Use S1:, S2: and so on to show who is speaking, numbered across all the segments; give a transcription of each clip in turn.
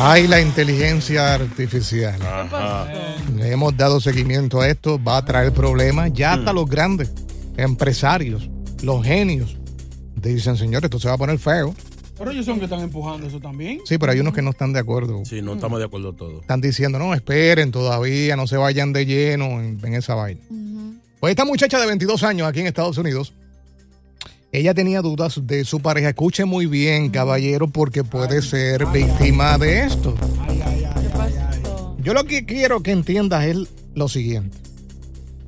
S1: Hay la inteligencia artificial. Le hemos dado seguimiento a esto, va a traer problemas ya hasta
S2: Mm.
S1: los grandes empresarios, los genios. Dicen, señor, esto se va a poner feo.
S3: Pero ellos son que están empujando eso también.
S1: Sí, pero hay unos que no están de acuerdo.
S2: Sí, no estamos de acuerdo todos.
S1: Están diciendo, no, esperen todavía, no se vayan de lleno en, en esa vaina. Pues esta muchacha de 22 años aquí en Estados Unidos, ella tenía dudas de su pareja. Escuche muy bien, caballero, porque puede ser víctima de esto. Yo lo que quiero que entiendas es lo siguiente.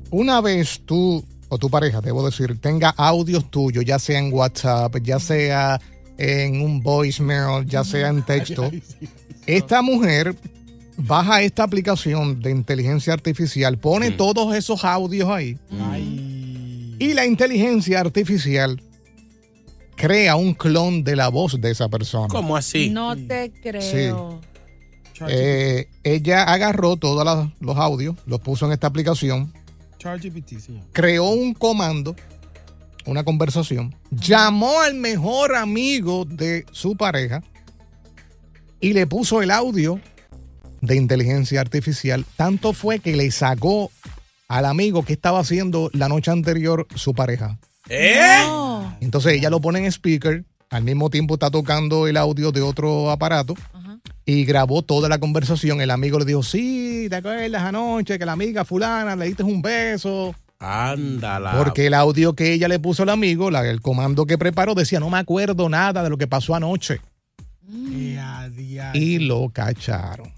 S1: Una vez tú o tu pareja, debo decir, tenga audios tuyos, ya sea en WhatsApp, ya sea en un voicemail, ya sea en texto, esta mujer baja esta aplicación de inteligencia artificial, pone
S2: Mm.
S1: todos esos audios ahí y la inteligencia artificial crea un clon de la voz de esa persona.
S2: ¿Cómo así?
S4: No te creo.
S1: Eh, ella agarró todos las- los audios, los puso en esta aplicación,
S3: ChatGPT, señor.
S1: creó un comando, una conversación, llamó al mejor amigo de su pareja y le puso el audio de inteligencia artificial. Tanto fue que le sacó al amigo que estaba haciendo la noche anterior su pareja.
S2: ¿Eh?
S4: No.
S1: Entonces ella lo pone en speaker, al mismo tiempo está tocando el audio de otro aparato
S4: Ajá.
S1: y grabó toda la conversación. El amigo le dijo, sí, ¿te acuerdas anoche que la amiga fulana le diste un beso?
S2: Ándala.
S1: Porque el audio que ella le puso al amigo, la- el comando que preparó, decía, no me acuerdo nada de lo que pasó anoche.
S3: Ya, ya.
S1: Y lo cacharon.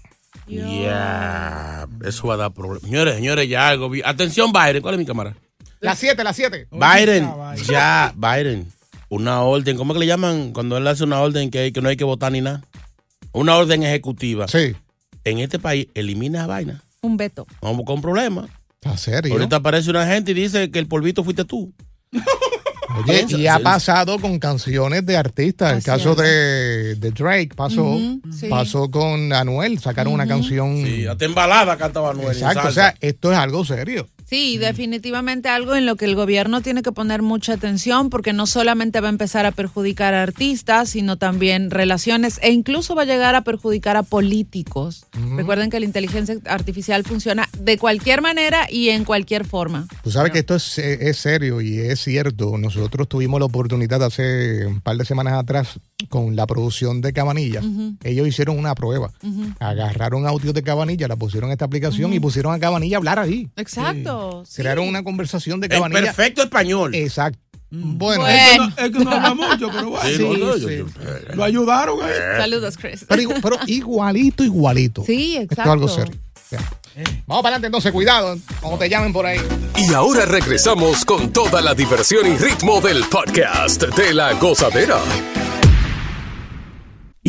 S2: Yeah. Eso va a dar problemas. Señores, señores, ya algo. vi- Atención, Biden. ¿Cuál es mi cámara?
S1: Las 7, las 7.
S2: Biden,
S3: ya, Biden.
S2: ya, Biden. Una orden. ¿Cómo es que le llaman cuando él hace una orden que, hay- que no hay que votar ni nada? Una orden ejecutiva.
S1: Sí,
S2: En este país, elimina vaina.
S4: Un veto.
S2: Vamos con problemas.
S1: está serio.
S2: Ahorita aparece una gente y dice que el polvito fuiste tú.
S1: Oye,
S2: Sí,
S1: y ha
S2: sí.
S1: pasado con canciones de artistas. El
S4: Así
S1: caso
S4: es.
S1: de, de Drake pasó.
S4: Ujú, sí.
S1: Pasó con Anuel, sacaron una canción.
S2: Sí, hasta embalada cantaba Noel.
S1: Exacto, o sea, esto es algo serio.
S4: Sí, definitivamente algo en lo que el gobierno tiene que poner mucha atención porque no solamente va a empezar a perjudicar a artistas, sino también relaciones e incluso va a llegar a perjudicar a políticos. Recuerden que la inteligencia artificial funciona de cualquier manera y en cualquier forma.
S1: Tú sabes que esto es, es serio y es cierto. Nosotros tuvimos la oportunidad hace un par de semanas atrás con la producción de Cabanilla. Ellos hicieron una prueba. Agarraron audios de Cabanilla, la pusieron en esta aplicación y pusieron a Cabanilla a hablar ahí.
S4: Exacto. sí.
S1: Crearon una conversación de
S2: En
S1: Cabanilla.
S2: perfecto español.
S1: Exacto. Bueno,
S4: Mm. Bueno.
S3: Es que no- es que no habla mucho, pero bueno.
S2: Sí,
S1: sí,
S2: no, no, yo-
S1: sí.
S2: yo-
S3: Lo ayudaron a él.
S4: Saludos, Chris.
S1: Eh. pero, igu- pero igualito, igualito.
S4: Sí,
S1: Esto es algo
S4: exacto.
S1: serio. Ya. Vamos para adelante, entonces, cuidado cuando te llamen por ahí.
S5: Y ahora regresamos con toda la diversión y ritmo del podcast de La Gozadera.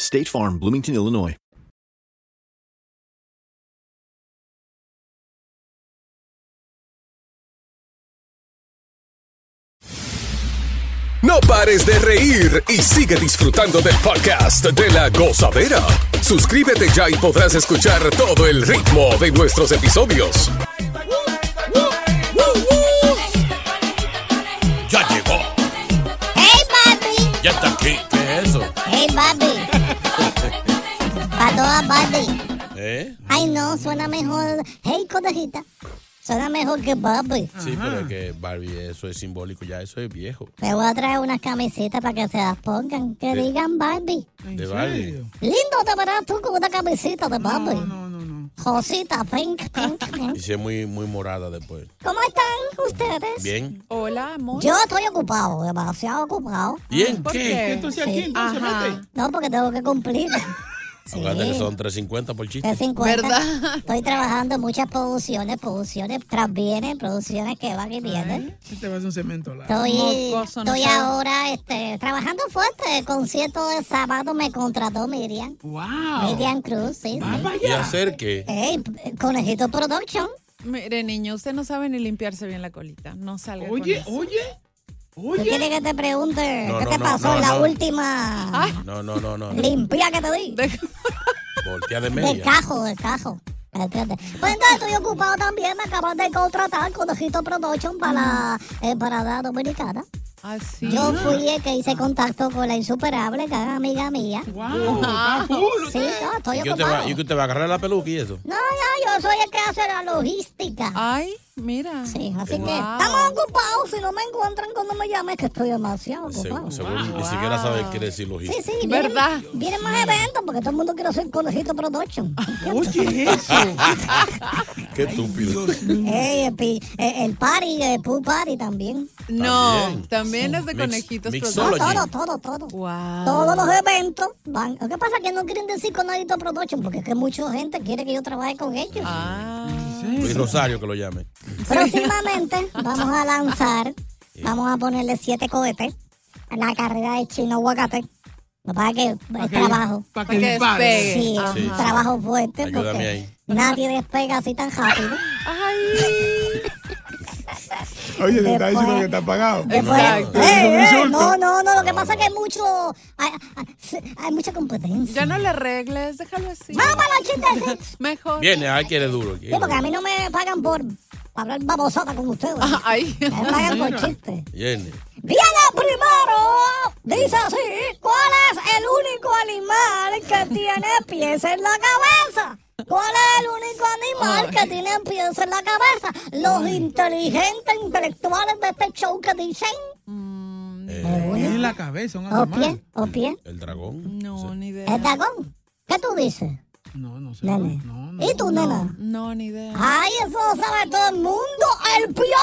S6: State Farm, Bloomington, Illinois.
S7: No pares de reír y sigue disfrutando del podcast de la gozadera. Suscríbete ya y podrás escuchar todo el ritmo de nuestros episodios.
S8: Ya llegó.
S9: ¡Hey, papi!
S8: Ya está aquí. ¿Qué es eso?
S9: ¡Hey, papi! Pa' toda parte.
S2: ¿Eh?
S9: Ay, no, suena mejor. ¡Hey, conejita! Suena mejor que papi.
S2: Sí, pero es que Barbie, eso es simbólico, ya eso es viejo.
S9: Te voy a traer unas camisetas para que se las pongan. Que
S2: Sí.
S9: digan Barbie.
S2: De Barbie.
S9: Lindo te verás tú con una camiseta de papi. No, no, no. Rosita, pink, pink,
S2: Y
S9: pink.
S2: si es muy, muy morada después.
S9: ¿Cómo están ustedes?
S2: Bien.
S4: Hola, amor.
S9: Yo estoy ocupado, demasiado ocupado.
S2: ¿Y en qué?
S3: Entonces,
S9: Sí.
S3: aquí entonces
S4: Ajá.
S3: vete.
S9: No, porque tengo que cumplir.
S2: Acuérdate que son 350 por chiste.
S9: Es 50.
S4: ¿Verdad?
S9: Estoy trabajando en muchas producciones, producciones transvienen, producciones que van y vienen.
S3: Si te vas a un cemento la.
S9: Estoy,
S4: Mocoso, no
S9: estoy
S4: sabe.
S9: ahora este, trabajando fuerte. El concierto de sábado me contrató Miriam.
S3: Wow.
S9: Miriam Cruz, sí. sí.
S2: ¿Y hacer qué?
S9: Ey, Conejito Production.
S4: Mire, niño, usted no sabe ni limpiarse bien la colita. No salga con
S3: Oye,
S4: eso.
S3: oye,
S9: ¿Tú
S3: oye.
S9: quieres que te pregunte
S2: No,
S9: Eh, qué
S2: no,
S9: te
S2: no,
S9: pasó
S2: no,
S9: en la
S2: no.
S9: última
S4: Ah.
S2: No, no, no, no. no.
S9: limpia que te di?
S4: De-
S2: Voltea de
S9: De
S2: media.
S9: cajo, de cajo. Espérate. Pues entonces estoy ocupado también, me acaban de contratar Conejito Production para, eh, para la Dominicana.
S4: Así.
S9: Yo fui el que hice contacto con la insuperable, que es amiga mía.
S3: Wow. Está full.
S9: Sí, no, estoy
S2: ¿Y qué usted va,
S9: ocupado.
S2: y que usted va a agarrar la peluca y eso?
S9: No, no, yo soy el que hace la logística.
S4: Ay, mira.
S9: Sí, así
S4: Wow.
S9: que estamos ocupados. Si no me encuentran cuando me llamen, que estoy demasiado
S2: Se-
S9: ocupado.
S2: según ni siquiera sabe qué decir los
S9: Sí,
S2: hijos.
S9: sí, vienen-
S4: ¿Verdad?
S9: Vienen más eventos porque todo el mundo quiere ser conejito production.
S3: Oye, eso.
S2: Qué estúpido.
S9: Ey, el, pi- eh, el party, el pool party también.
S4: No,
S2: También.
S4: también
S9: Sí.
S4: es de
S2: Mix-
S4: conejitos.
S2: mixology.
S4: pero-
S9: No, todo,
S2: Oye.
S9: todo, todo.
S4: Wow.
S9: Todos los eventos van. Lo que pasa es que no quieren decir conejito production porque es que mucha gente quiere que yo trabaje con ellos.
S4: Ah.
S2: Luis Rosario que lo llame.
S9: Próximamente vamos a lanzar, vamos a ponerle siete cohetes a la carrera de Chino Aguacate. Lo que pasa es que es trabajo.
S3: Para
S4: Para
S3: que
S4: que
S3: dispare.
S4: despegue.
S9: Sí,
S4: Ajá.
S9: es un trabajo fuerte
S2: Ayúdame
S9: porque
S2: ahí.
S9: nadie despega así tan rápido.
S4: Ay.
S3: Oye, te está diciendo
S9: Después-
S3: que está pagado.
S9: Después-
S4: Exacto.
S9: ¡Ey,
S3: Es un
S9: ey!
S3: insulto.
S9: eh, no, no, no, lo que pasa es que hay mucho, hay, hay- hay mucha competencia.
S4: Ya no le arregles, déjalo así.
S9: Vamos a los chistecitos.
S4: Mejor.
S2: Viene, ay, quiere duro. quiere
S9: Sí, porque
S2: duro.
S9: a mí no me pagan por hablar babosada con ustedes.
S4: Ah, Ay.
S9: Me pagan por chistes.
S2: Viene.
S9: Viene primero. Dice así, ¿cuál es el único animal que tiene pies en la cabeza? ¿Cuál es el único animal que tiene pies en la cabeza? Los inteligentes intelectuales de este show que dicen...
S3: En la cabeza, un
S9: O pie,
S3: animal.
S9: o pie.
S2: eh. El dragón.
S4: No, ni idea.
S9: El dragón. ¿Qué tú dices,
S3: No, no sé.
S9: nene?
S3: No,
S9: ¿Y tú, nena?
S4: No, ni idea.
S9: Ay, eso lo sabe todo el mundo. ¡El piojo!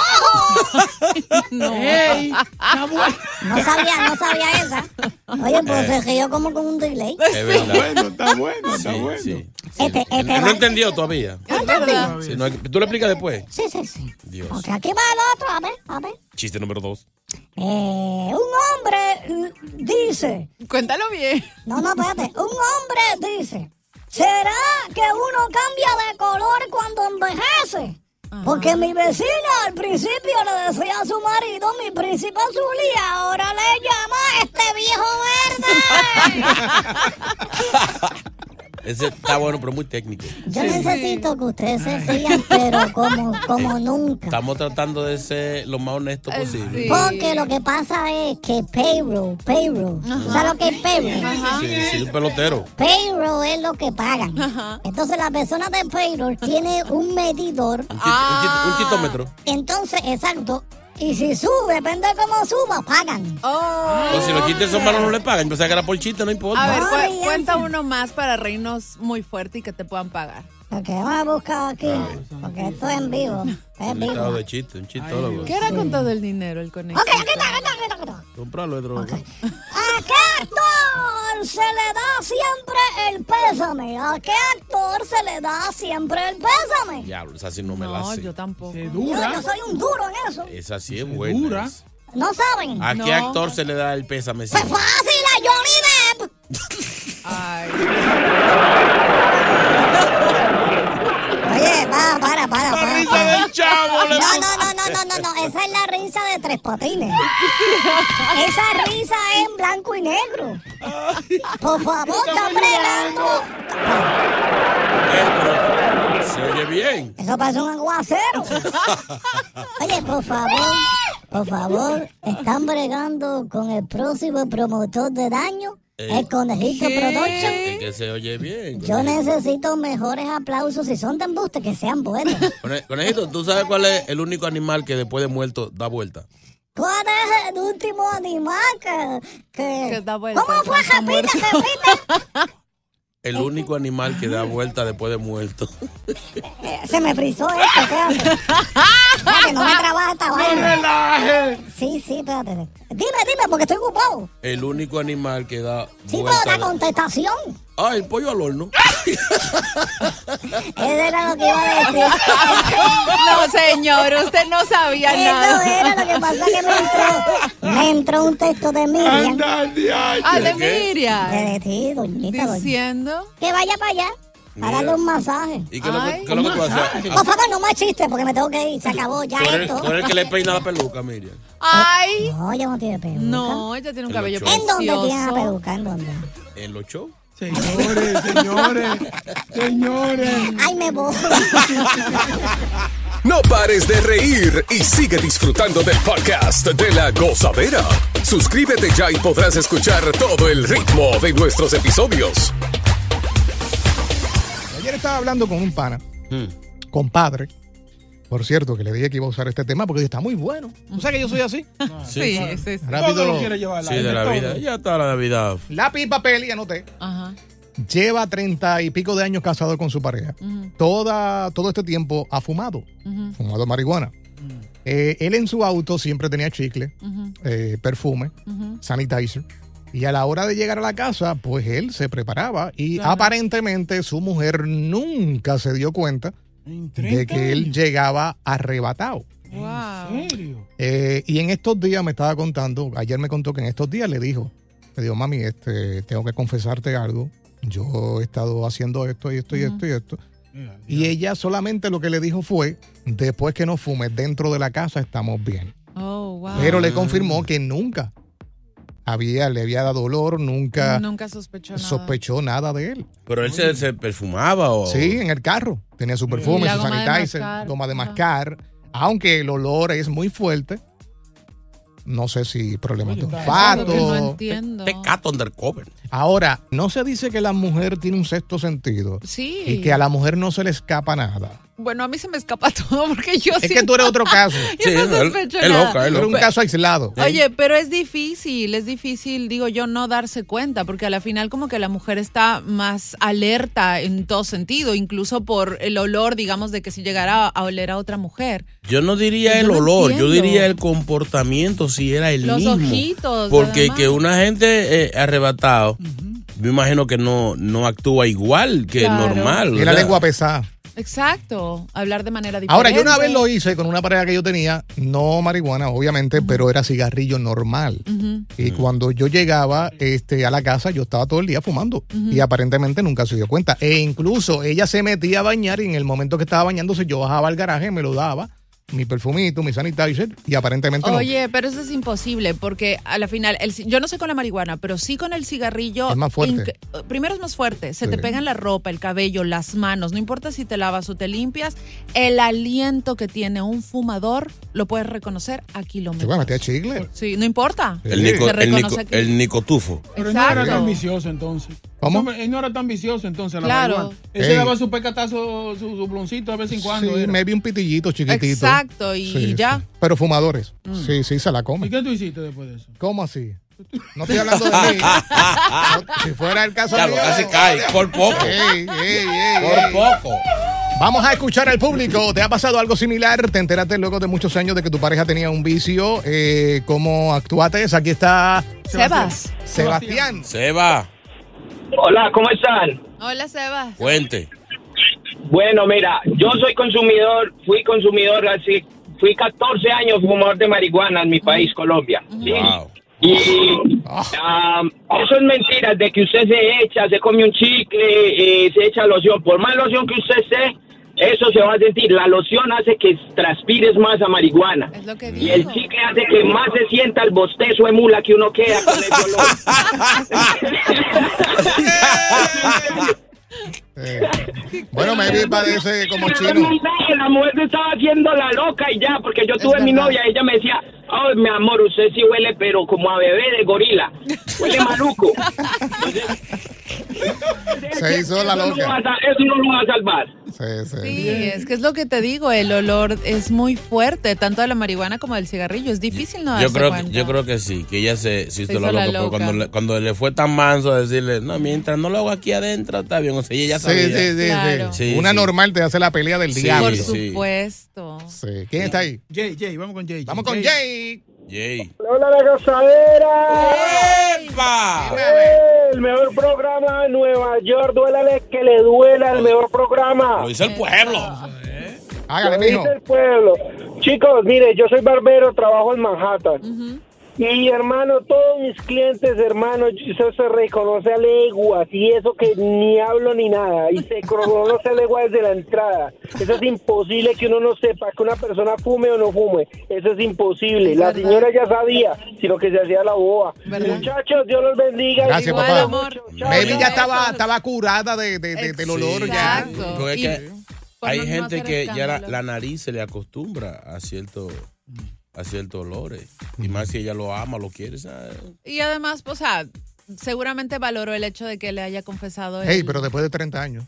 S4: No.
S3: ¡Ey! está bueno.
S9: No sabía, no sabía esa. Oye, pues se rió como con un delay.
S2: Es verdad.
S3: Bueno, está bueno, está
S2: Sí,
S3: bueno.
S2: sí.
S9: Este,
S2: No,
S9: este
S2: no
S9: va.
S2: entendió todavía.
S4: Es verdad.
S2: Sí, no, Tú lo explicas después.
S9: Sí, sí, sí.
S2: Dios.
S9: Ok, aquí va el otro, a ver, a ver.
S2: Chiste número dos.
S9: Eh, un hombre mm, dice.
S4: Cuéntalo bien.
S9: No, no, espérate. Un hombre dice. ¿Será que uno cambia de color cuando envejece? Porque mi vecina al principio le decía a su marido mi príncipe azul y ahora le llama este viejo verde.
S2: Ese está bueno, pero muy técnico.
S9: Yo necesito que ustedes se rían, pero como, como nunca.
S2: Estamos tratando de ser lo más honesto posible.
S9: Porque lo que pasa es que payroll, payroll, ¿sabes lo que es payroll?
S2: Sí, sí, un pelotero.
S9: Payroll es lo que pagan. Entonces la persona de payroll tiene un medidor.
S2: Un chit- Un chitómetro.
S9: Entonces, exacto. Y si sube, depende de cómo suba, pagan.
S2: O si los chistes son malos, no le pagan. Yo sé que era por chiste, no importa.
S4: A ver, cu- cuenta uno más para reinos muy fuerte y que te puedan pagar.
S9: Ok, vamos a buscar aquí. Porque esto es en vivo. Ah, Es
S2: Un
S9: vivo.
S2: listado de chistes, un chistólogo.
S4: ¿Qué era con todo el dinero el conejo?
S2: Comprarlo de droga.
S9: ¿A qué actor se le da siempre el pésame? ¿A qué actor se le da siempre el pésame?
S2: Diablo, esa sí no me la sé.
S4: tampoco.
S9: Yo, yo soy un duro en eso.
S2: Esa sí es buena.
S9: ¿No saben?
S2: ¿A qué actor se le da el pésame? Sí.
S9: ¡Fácil a Johnny Depp! Oye, va, para, para, para.
S3: risa
S9: para.
S3: del chavo, le
S9: No,
S3: puso.
S9: no, no, no, no, no, no, esa es la risa de Tres Patines. Esa risa es en blanco y negro. Por favor, está frenando.
S2: Se oye bien.
S9: Eso parece un aguacero. Oye, por favor, por favor, están bregando con el próximo promotor de daño,
S2: Eh.
S9: el Conejito Production.
S2: Es que se oye bien.
S9: Yo necesito mejores aplausos. Si son de embuste, que sean buenos.
S2: Cone- Conejito, ¿tú sabes cuál es el único animal que después de muerto da vuelta?
S9: ¿Cuál es el último animal que... que... ¿Cómo fue,
S4: está
S9: Japita?
S2: El único animal que da vuelta después de muerto.
S9: Eh, Se me frizó esto, ¿qué hace? Oye, no me trabaja esta vaina. Sí, sí, espérate. Dime, dime, porque estoy ocupado.
S2: El único animal que da
S9: Sí, pero la
S2: vuelta.
S9: contestación.
S2: Ah, el pollo al horno.
S9: Eso era lo que iba a decir.
S4: No, señor, usted no sabía
S9: Eso
S4: nada.
S9: era lo que pasa que me entró, me entró un texto de Miriam.
S4: Ah, de Miriam.
S9: De ti, doñita, doña.
S4: Diciendo.
S9: Que vaya para allá, para darle un masaje.
S2: ¿Y qué es lo que, qué es lo que tú haces?
S9: Por favor, no más chistes porque me tengo que ir. Se acabó ya
S2: Tú eres,
S9: esto.
S2: tú eres el que le peina la peluca, Miriam.
S4: Ay.
S9: No, ella no tiene peluca.
S4: No, ella tiene un cabello
S9: ¿En
S4: precioso.
S9: dónde tiene la peluca? ¿En dónde?
S2: ¿En los shows?
S3: Señores, señores, señores.
S9: Ay, me voy.
S7: No pares de reír y sigue disfrutando del podcast de la gozadera. Suscríbete ya y podrás escuchar todo el ritmo de nuestros episodios.
S1: Ayer estaba hablando con un pana, compadre. Por cierto, que le dije que iba a usar este tema porque está muy bueno. ¿No sabes que yo soy así?
S2: Sí, Sí, claro.
S4: sí, sí.
S1: Rápido.
S3: Todo lo quiere llevar al
S2: Sí,
S3: aire,
S2: de la
S3: todo.
S2: vida. Ya está la vida.
S1: Lápiz, papel y anoté.
S4: Ajá.
S1: Lleva treinta y pico de años casado con su pareja.
S4: Ujú,
S1: Toda, todo este tiempo ha fumado,
S4: ujú,
S1: fumado marihuana.
S4: Mm.
S1: Eh, él en su auto siempre tenía chicle,
S4: ujú,
S1: eh, perfume,
S4: ujú.
S1: sanitizer. Y a la hora de llegar a la casa, pues él se preparaba y
S4: Claro.
S1: aparentemente su mujer nunca se dio cuenta de que él llegaba arrebatado.
S4: Wow.
S1: Eh, y en estos días me estaba contando, ayer me contó que en estos días le dijo, le dijo, mami, este, tengo que confesarte algo. Yo he estado haciendo esto y esto y
S4: Ujú.
S1: esto y esto. Y ella solamente lo que le dijo fue, después que no fumes dentro de la casa estamos bien.
S4: Oh, wow.
S1: Pero le confirmó que nunca había, le había dado dolor, nunca
S4: Nunca sospechó nada.
S1: sospechó nada de él.
S2: Pero él se, se perfumaba o.
S1: Sí, en el carro. Tenía su perfume,
S4: la
S1: su
S4: goma de
S1: sanitizer,
S4: mascar.
S1: goma de
S4: Ajá.
S1: mascar. Aunque el olor es muy fuerte. No sé si problemas de
S4: Algo que no
S1: olfato.
S4: entiendo.
S2: Este gato undercover.
S1: Ahora, no se dice que la mujer tiene un sexto sentido
S4: Sí.
S1: y que a la mujer no se le escapa nada.
S4: Bueno, a mí se me escapa todo porque yo
S1: Es que
S4: siento-
S1: tú eres otro caso.
S4: Yo no
S2: él-
S4: sospecho
S2: él
S4: nada.
S2: loca, él
S1: Tú eres un
S2: loca.
S1: caso aislado.
S4: Oye, pero es difícil, es difícil, digo yo, no darse cuenta, porque a la final como que la mujer está más alerta en todo sentido, incluso por el olor, digamos, de que si llegara a, a oler a otra mujer.
S2: Yo no diría
S4: Yo
S2: el
S4: no
S2: olor, yo
S4: entiendo.
S2: diría el comportamiento si era el
S4: Los
S2: mismo.
S4: ojitos,
S2: Porque
S4: además.
S2: que una gente eh, arrebatado, me imagino que no, no actúa igual que
S4: Claro.
S2: normal.
S1: Y la
S2: o sea,
S1: lengua pesada.
S4: Exacto, hablar de manera diferente.
S1: Ahora, yo una vez lo hice con una pareja que yo tenía, no marihuana, obviamente, pero era cigarrillo normal.
S4: Ujú.
S1: Y cuando yo llegaba este, a la casa, yo estaba todo el día fumando. Y aparentemente nunca se dio cuenta. E incluso ella se metía a bañar y en el momento que estaba bañándose, yo bajaba al garaje, me lo daba mi perfumito, mi sanitizer y aparentemente no.
S4: Oye, pero eso es imposible porque a la final, el ci- yo no sé con la marihuana, pero sí con el cigarrillo.
S1: Es más fuerte.
S4: inc- primero es más fuerte, se te
S1: Sí.
S4: pega en la ropa, el cabello, las manos, no importa si te lavas o te limpias, el aliento que tiene un fumador lo puedes reconocer a
S1: Te
S4: kilómetros.
S1: voy a meter chicle.
S4: Sí, no importa.
S2: El,
S4: Se
S2: nico- el,
S4: reconoce
S2: nico-
S4: a kilómetros.
S2: el nicotufo.
S3: Pero él no era
S4: Exacto.
S3: tan vicioso entonces.
S2: ¿Cómo?
S3: Ese hombre- Él no era tan vicioso entonces, la
S4: Claro.
S3: marihuana. Él se
S1: Ey.
S3: daba su pecatazo, su, su bloncito de vez en cuando.
S1: Sí,
S3: era.
S1: me vi un pitillito chiquitito.
S3: Exacto, y- y ya.
S1: Pero fumadores.
S4: Mm.
S1: Sí, sí, se la come.
S3: ¿Y qué tú hiciste después de eso?
S1: ¿Cómo así? No estoy hablando de mí. No, si fuera el caso
S3: Claro,
S1: mío,
S3: casi
S1: no.
S2: cae, por poco.
S1: Ey, ey, ey,
S2: Por
S1: ey.
S2: poco.
S1: Vamos a escuchar al público. ¿Te ha pasado algo similar? ¿Te enteraste luego de muchos años de que tu pareja tenía un vicio? Eh, ¿Cómo actuaste? Aquí está
S4: Sebas.
S1: Sebastián.
S2: Seba,
S10: Hola, Ah, ¿cómo están?
S4: Hola, Sebas.
S2: cuente.
S10: Bueno, mira, yo soy consumidor, fui consumidor así, fui 14 años fumador de marihuana en mi país, Colombia. ¿sí? Y am, eso es mentira, de que usted se echa, se come un chicle, eh, se echa loción. Por más loción que usted se, eso se va a sentir. La loción hace que transpires más a marihuana. Y el chicle hace que más se sienta el bostezo de mula que uno queda con el dolor.
S1: Bueno, me vi parece como
S10: chino. La mujer se estaba haciendo la loca y ya, porque yo tuve mi novia, ella me decía, ay, mi amor, usted sí huele, pero como a bebé de gorila. Huele maluco.
S1: Se hizo la
S10: Eso no
S1: loca.
S10: lo va a sa- Eso no lo va a salvar.
S4: Sí, es que es lo que te digo, el olor es muy fuerte, tanto de la marihuana como del cigarrillo. Es difícil no
S2: Yo
S4: darse
S2: creo, que,
S4: cuenta.
S2: yo creo que sí, que ella se, se hizo
S4: hizo
S2: la
S4: la
S2: loca, pero
S4: loca.
S2: cuando le, cuando le fue tan manso a decirle, no, mientras no lo hago aquí adentro, está bien. O sea, ella ya
S1: Sí,
S2: sabía.
S1: sí, sí, sí.
S2: Sí,
S1: Una
S2: sí.
S1: normal te hace la pelea del
S2: Sí,
S1: diablo.
S2: por sí.
S4: supuesto.
S1: Sí. ¿Quién está ahí?
S3: Jay, Jay, vamos con Jay.
S1: Vamos con Jay.
S2: Jay.
S11: Hola la gozadera.
S2: ¡Epa!
S11: El mejor programa de Nueva York, duélale que le duela, el mejor programa.
S2: Lo hizo el pueblo.
S11: Lo dice el pueblo. Chicos, mire, yo soy barbero, trabajo en Manhattan. Y hermano, todos mis clientes, hermano, eso se reconoce a leguas y eso que ni hablo ni nada. Y se reconoce a leguas desde la entrada. Eso es imposible que uno no sepa que una persona fume o no fume. Eso es imposible. La señora ya sabía, sino que se hacía la boba. Muchachos, Dios los bendiga.
S1: Gracias,
S11: Igual,
S1: papá.
S11: amor. Chao,
S1: Maybe
S11: chao.
S1: ya estaba, estaba curada de, de- de- del olor ya.
S2: Pero es que hay gente que ya la, la nariz se le acostumbra a cierto a ciertos olores. Y más si ella lo ama, lo quiere, ¿sabes?
S4: Y además, pues, o sea, seguramente valoró el hecho de que le haya confesado
S1: Ey,
S4: el-
S1: pero después de 30 años.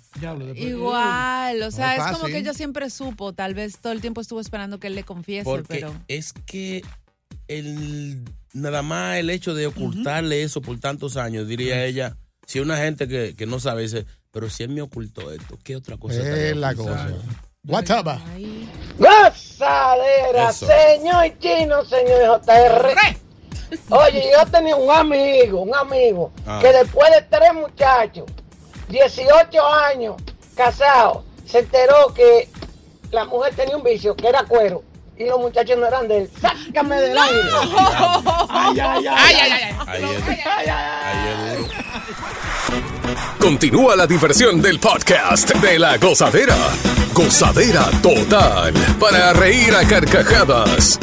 S4: Igual, o sea,
S1: No
S4: es,
S1: es
S4: como
S1: fácil.
S4: que ella siempre supo, tal vez todo el tiempo estuvo esperando que él le confiese,
S2: Porque
S4: pero...
S2: es que el, nada más el hecho de ocultarle eso por tantos años, diría ella, si una gente que, que no sabe dice, pero si él me ocultó esto, ¿qué otra cosa?
S1: Es
S2: estaría
S1: la
S2: ocultando?"
S1: What's up?
S11: ¡Gozadera!
S2: Eso.
S11: Señor Chino, señor JR. Oye, yo tenía un amigo, un amigo,
S12: Ah.
S11: que después de tres muchachos, 18 años, casados, se enteró que la mujer tenía un vicio, que era cuero, y los muchachos no eran de él. ¡Sácame del aire!
S3: Ay, ay, ay, ay, ay, ay.
S2: Ahí es- ahí es duro.
S7: Continúa la diversión del podcast de la gozadera. Gozadera total. Para reír a carcajadas.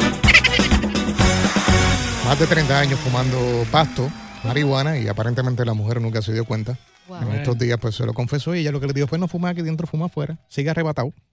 S1: Más de 30 años fumando pasto, marihuana, y aparentemente la mujer nunca se dio cuenta. En estos días, pues se lo confesó y ella lo que le dijo pues no fuma aquí dentro, fuma afuera. Sigue arrebatado.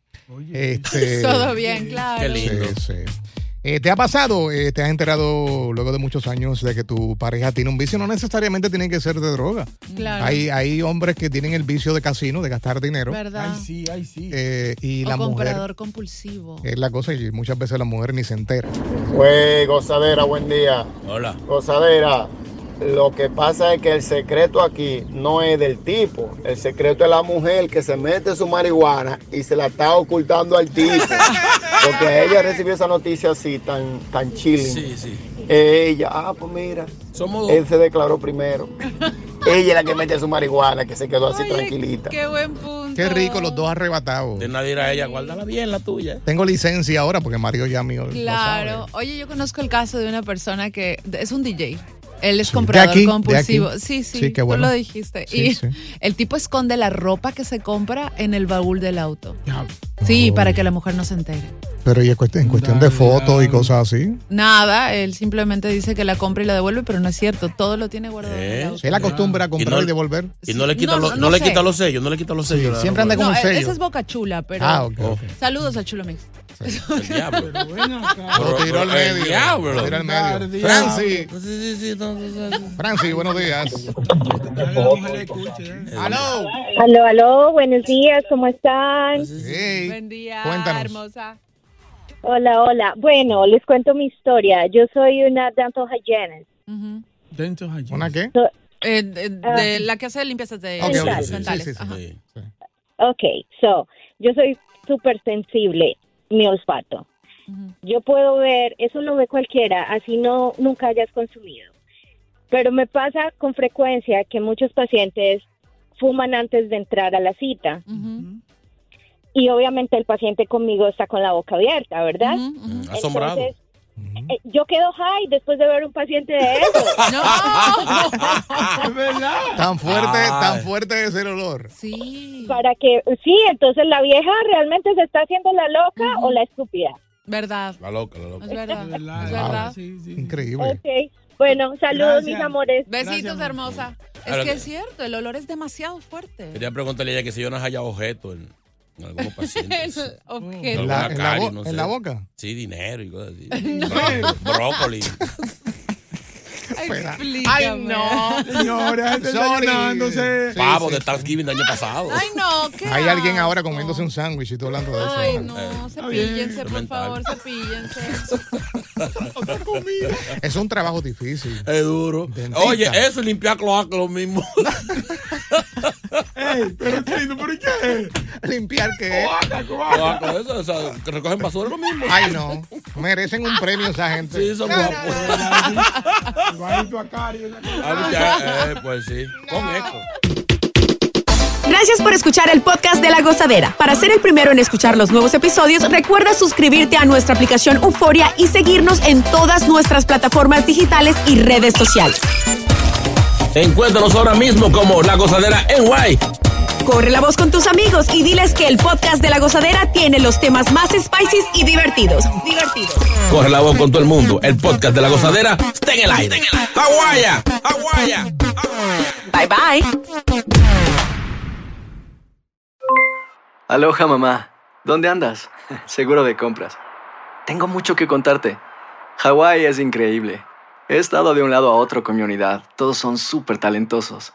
S1: Este,
S4: Todo bien, claro.
S2: Qué lindo.
S1: Sí, sí. Eh, ¿Te ha pasado? eh, ¿Te has enterado luego de muchos años de que tu pareja tiene un vicio? No necesariamente tiene que ser de droga.
S4: Claro.
S1: Hay, hay hombres que tienen el vicio de casino, de gastar dinero.
S4: ¿Verdad?
S3: Ay, sí, ay, sí.
S1: Eh, y
S4: o
S1: la
S4: comprador
S1: mujer
S4: compulsivo.
S1: es la cosa y muchas veces la mujer ni se entera.
S13: Güey, Pues, gozadera, buen día.
S2: Hola.
S13: Gozadera, lo que pasa es que el secreto aquí no es del tipo. El secreto es la mujer que se mete su marihuana y se la está ocultando al tipo. Porque ella recibió esa noticia así, tan, tan chilling.
S2: Sí, sí.
S13: Ella, ah, pues mira.
S2: Somos
S13: Él se declaró primero. Ella es la que mete su marihuana, que se quedó así tranquilita.
S4: Qué buen punto.
S1: Qué rico, los dos arrebatados.
S2: De nadie era ella, guárdala bien la tuya.
S1: Tengo licencia ahora porque Mario ya mío. lo
S4: Claro. Oye, yo conozco el caso de una persona que es un DJ Él es comprador
S1: aquí, de
S4: compulsivo.
S1: aquí.
S4: Sí, sí,
S1: Sí, qué
S4: tú
S1: bueno.
S4: lo dijiste.
S1: Sí,
S4: y
S1: sí.
S4: el tipo esconde la ropa que se compra en el baúl del auto. Sí, para que la mujer no se entere.
S1: Pero y es cuest- en cuestión de fotos y cosas así.
S4: Nada, él simplemente dice que la compra y la devuelve, pero no es cierto. Todo lo tiene guardado. en el auto.
S1: Él acostumbra a comprar y, devolver.
S2: Y ¿Eh? no le quita,
S4: No,
S2: los-
S4: no,
S2: no,
S4: no
S2: le
S4: sé.
S2: quita los sellos, no le quita los sellos. la
S1: siempre anda
S2: ropa.
S1: con
S4: No,
S1: el
S4: eh,
S1: sello.
S4: esa es Boca Chula, pero.
S2: Ah, ok, ok.
S4: Saludos a Chulo Mix.
S1: Lo tiró al
S2: El
S1: medio.
S2: diablo.
S1: Lo tiró al medio. Francis. Francis, buenos días. Aló.
S12: Aló, aló, buenos días, ¿cómo están?
S1: Buen
S4: día, hermosa.
S12: Hola, hola. Bueno, les cuento mi historia. Yo soy una dental hygienist.
S3: Dentro allí.
S1: ¿Una qué?
S4: Eh, de,
S12: Ah,
S4: de la que hace limpiezas de
S12: Ok, ok,
S4: de
S12: sí, sí,
S4: dentales.
S12: sí, sí,
S4: Ajá.
S12: Ok, so, yo soy súper sensible, mi olfato. Yo puedo ver, eso lo ve cualquiera, así no nunca hayas consumido. Pero me pasa con frecuencia que muchos pacientes fuman antes de entrar a la cita. Y obviamente el paciente conmigo está con la boca abierta, ¿verdad?
S2: Asombrado.
S12: Entonces, eh, yo quedo high después de ver un paciente de eso.
S1: Tan fuerte,
S12: Ay.
S1: tan fuerte es el olor.
S12: Para que, sí, entonces la vieja realmente se está haciendo la loca o la estúpida.
S4: Verdad.
S2: La loca, la loca.
S4: Es verdad. Es
S1: Wow.
S4: verdad.
S1: Increíble.
S12: Ok, bueno, saludos mis amores.
S4: Besitos, hermosa. Es
S2: Ahora-
S4: que es cierto, el olor es demasiado fuerte.
S2: Quería preguntarle a ella que si yo no hallado objetos en, en algunos pacientes.
S4: El objeto.
S2: En
S1: la- en la bo- en la boca?
S2: Sí, dinero y cosas así.
S4: No.
S2: Brócoli.
S4: Ay, no.
S3: Señora, desayunándose.
S2: Pavo de Thanksgiving del año pasado.
S4: Ay, no, qué.
S1: Hay alguien ahora comiéndose un sándwich y estoy hablando de eso.
S4: Ay, no,
S2: Está
S4: cepíllense,
S2: bien.
S4: por
S2: Mental.
S4: favor, cepíllense.
S1: Es un trabajo difícil.
S2: Es duro. Oye, eh, eso es limpiar cloaca lo mismo.
S3: pero qué, no, pero qué.
S1: Limpiar qué.
S2: Cloaca, eso, o sea, que recogen basura lo mismo.
S1: Ay, no. Merecen un premio esa gente.
S2: Sí, son guapos.
S3: Igualito a Cari.
S2: Ah, ya, eh, pues sí. Con eco.
S14: Gracias por escuchar el podcast de La Gozadera. Para ser el primero en escuchar los nuevos episodios, recuerda suscribirte a nuestra aplicación Euforia y seguirnos en todas nuestras plataformas digitales y redes sociales.
S2: Encuéntranos ahora mismo como La Gozadera en Guay.
S14: Corre la voz con tus amigos y diles que el podcast de La Gozadera tiene los temas más spicy y divertidos. Divertidos.
S2: Corre la voz con todo el mundo. El podcast de La Gozadera está en el aire. ¡Aguaya!
S14: Bye bye.
S15: Aloha mamá, ¿dónde andas? Seguro de compras. Tengo mucho que contarte. Hawái es increíble. He estado de un lado a otro con mi unidad. Todos son súper talentosos.